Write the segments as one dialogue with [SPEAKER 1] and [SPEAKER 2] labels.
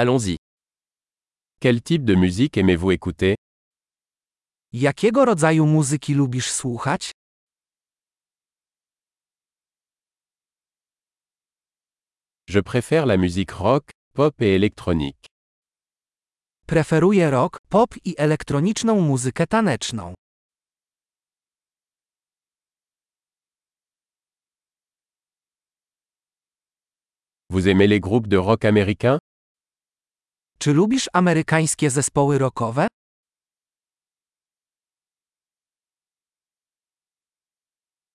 [SPEAKER 1] Allons-y. Quel type de musique aimez-vous écouter
[SPEAKER 2] Jakiego rodzaju muzyki lubisz słuchać?
[SPEAKER 1] Je préfère la musique rock, pop et électronique.
[SPEAKER 2] Preferuję rock, pop i elektroniczną muzykę taneczną.
[SPEAKER 1] Vous aimez les groupes de rock américains
[SPEAKER 2] Czy lubisz amerykańskie zespoły rockowe?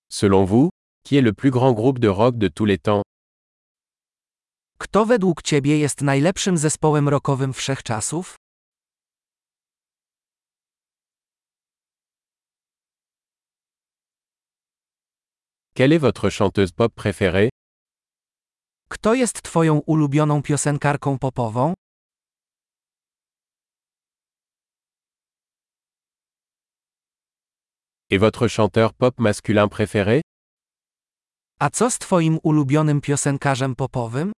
[SPEAKER 1] Selon vous, qui est le plus grand groupe de rock de tous les temps
[SPEAKER 2] Kto według ciebie jest najlepszym zespołem rockowym wszechczasów?
[SPEAKER 1] Quelle est votre chanteuse pop préférée
[SPEAKER 2] Kto jest twoją ulubioną piosenkarką popową?
[SPEAKER 1] Et votre chanteur pop masculin préféré
[SPEAKER 2] A co z twoim ulubionym piosenkarzem popowym?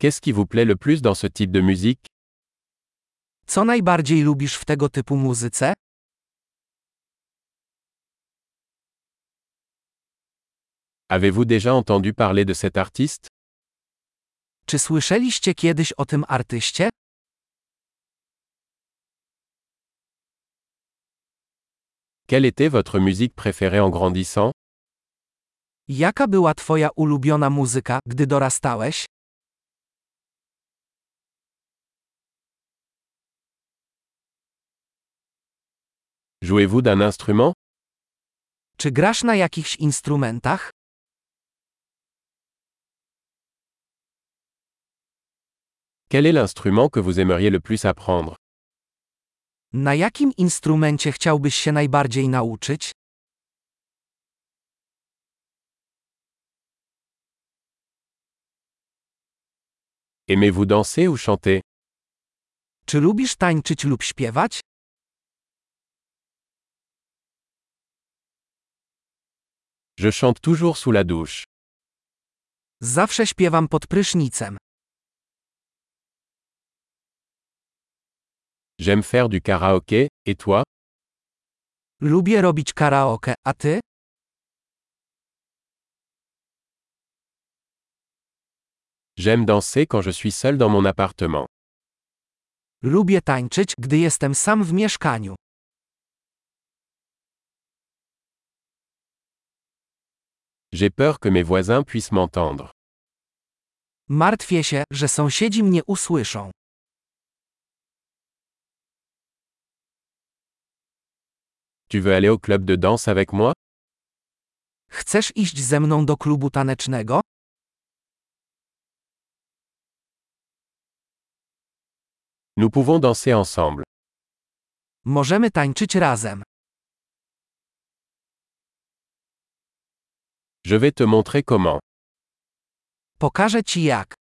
[SPEAKER 1] Qu'est-ce qui vous plaît le plus dans ce type de musique
[SPEAKER 2] Co najbardziej lubisz w tego typu muzyce?
[SPEAKER 1] Avez-vous déjà entendu parler de cet artiste
[SPEAKER 2] Czy słyszeliście kiedyś o tym artyście?
[SPEAKER 1] Quelle était votre musique préférée en grandissant
[SPEAKER 2] Jaka była twoja ulubiona muzyka, gdy dorastałeś?
[SPEAKER 1] Jouez-vous d'un instrument
[SPEAKER 2] Czy grasz na jakichś instrumentach?
[SPEAKER 1] Quel est l'instrument que vous aimeriez le plus apprendre
[SPEAKER 2] Na jakim instrumencie chciałbyś się najbardziej nauczyć?
[SPEAKER 1] Aimez-vous danser ou chanter
[SPEAKER 2] Czy lubisz tańczyć lub śpiewać?
[SPEAKER 1] Je chante toujours sous la douche.
[SPEAKER 2] Zawsze śpiewam pod prysznicem.
[SPEAKER 1] J'aime faire du karaoké, et toi
[SPEAKER 2] Lubię robić karaoke, a ty?
[SPEAKER 1] J'aime danser quand je suis seul dans mon appartement.
[SPEAKER 2] Lubię tańczyć, gdy jestem sam w mieszkaniu.
[SPEAKER 1] J'ai peur que mes voisins puissent m'entendre.
[SPEAKER 2] Martwię się, że sąsiedzi mnie usłyszą.
[SPEAKER 1] Tu veux aller au club de danse avec moi
[SPEAKER 2] Chcesz iść ze mną do klubu tanecznego?
[SPEAKER 1] Nous pouvons danser ensemble.
[SPEAKER 2] Możemy tańczyć razem.
[SPEAKER 1] Je vais te montrer comment.
[SPEAKER 2] Pokażę ci jak.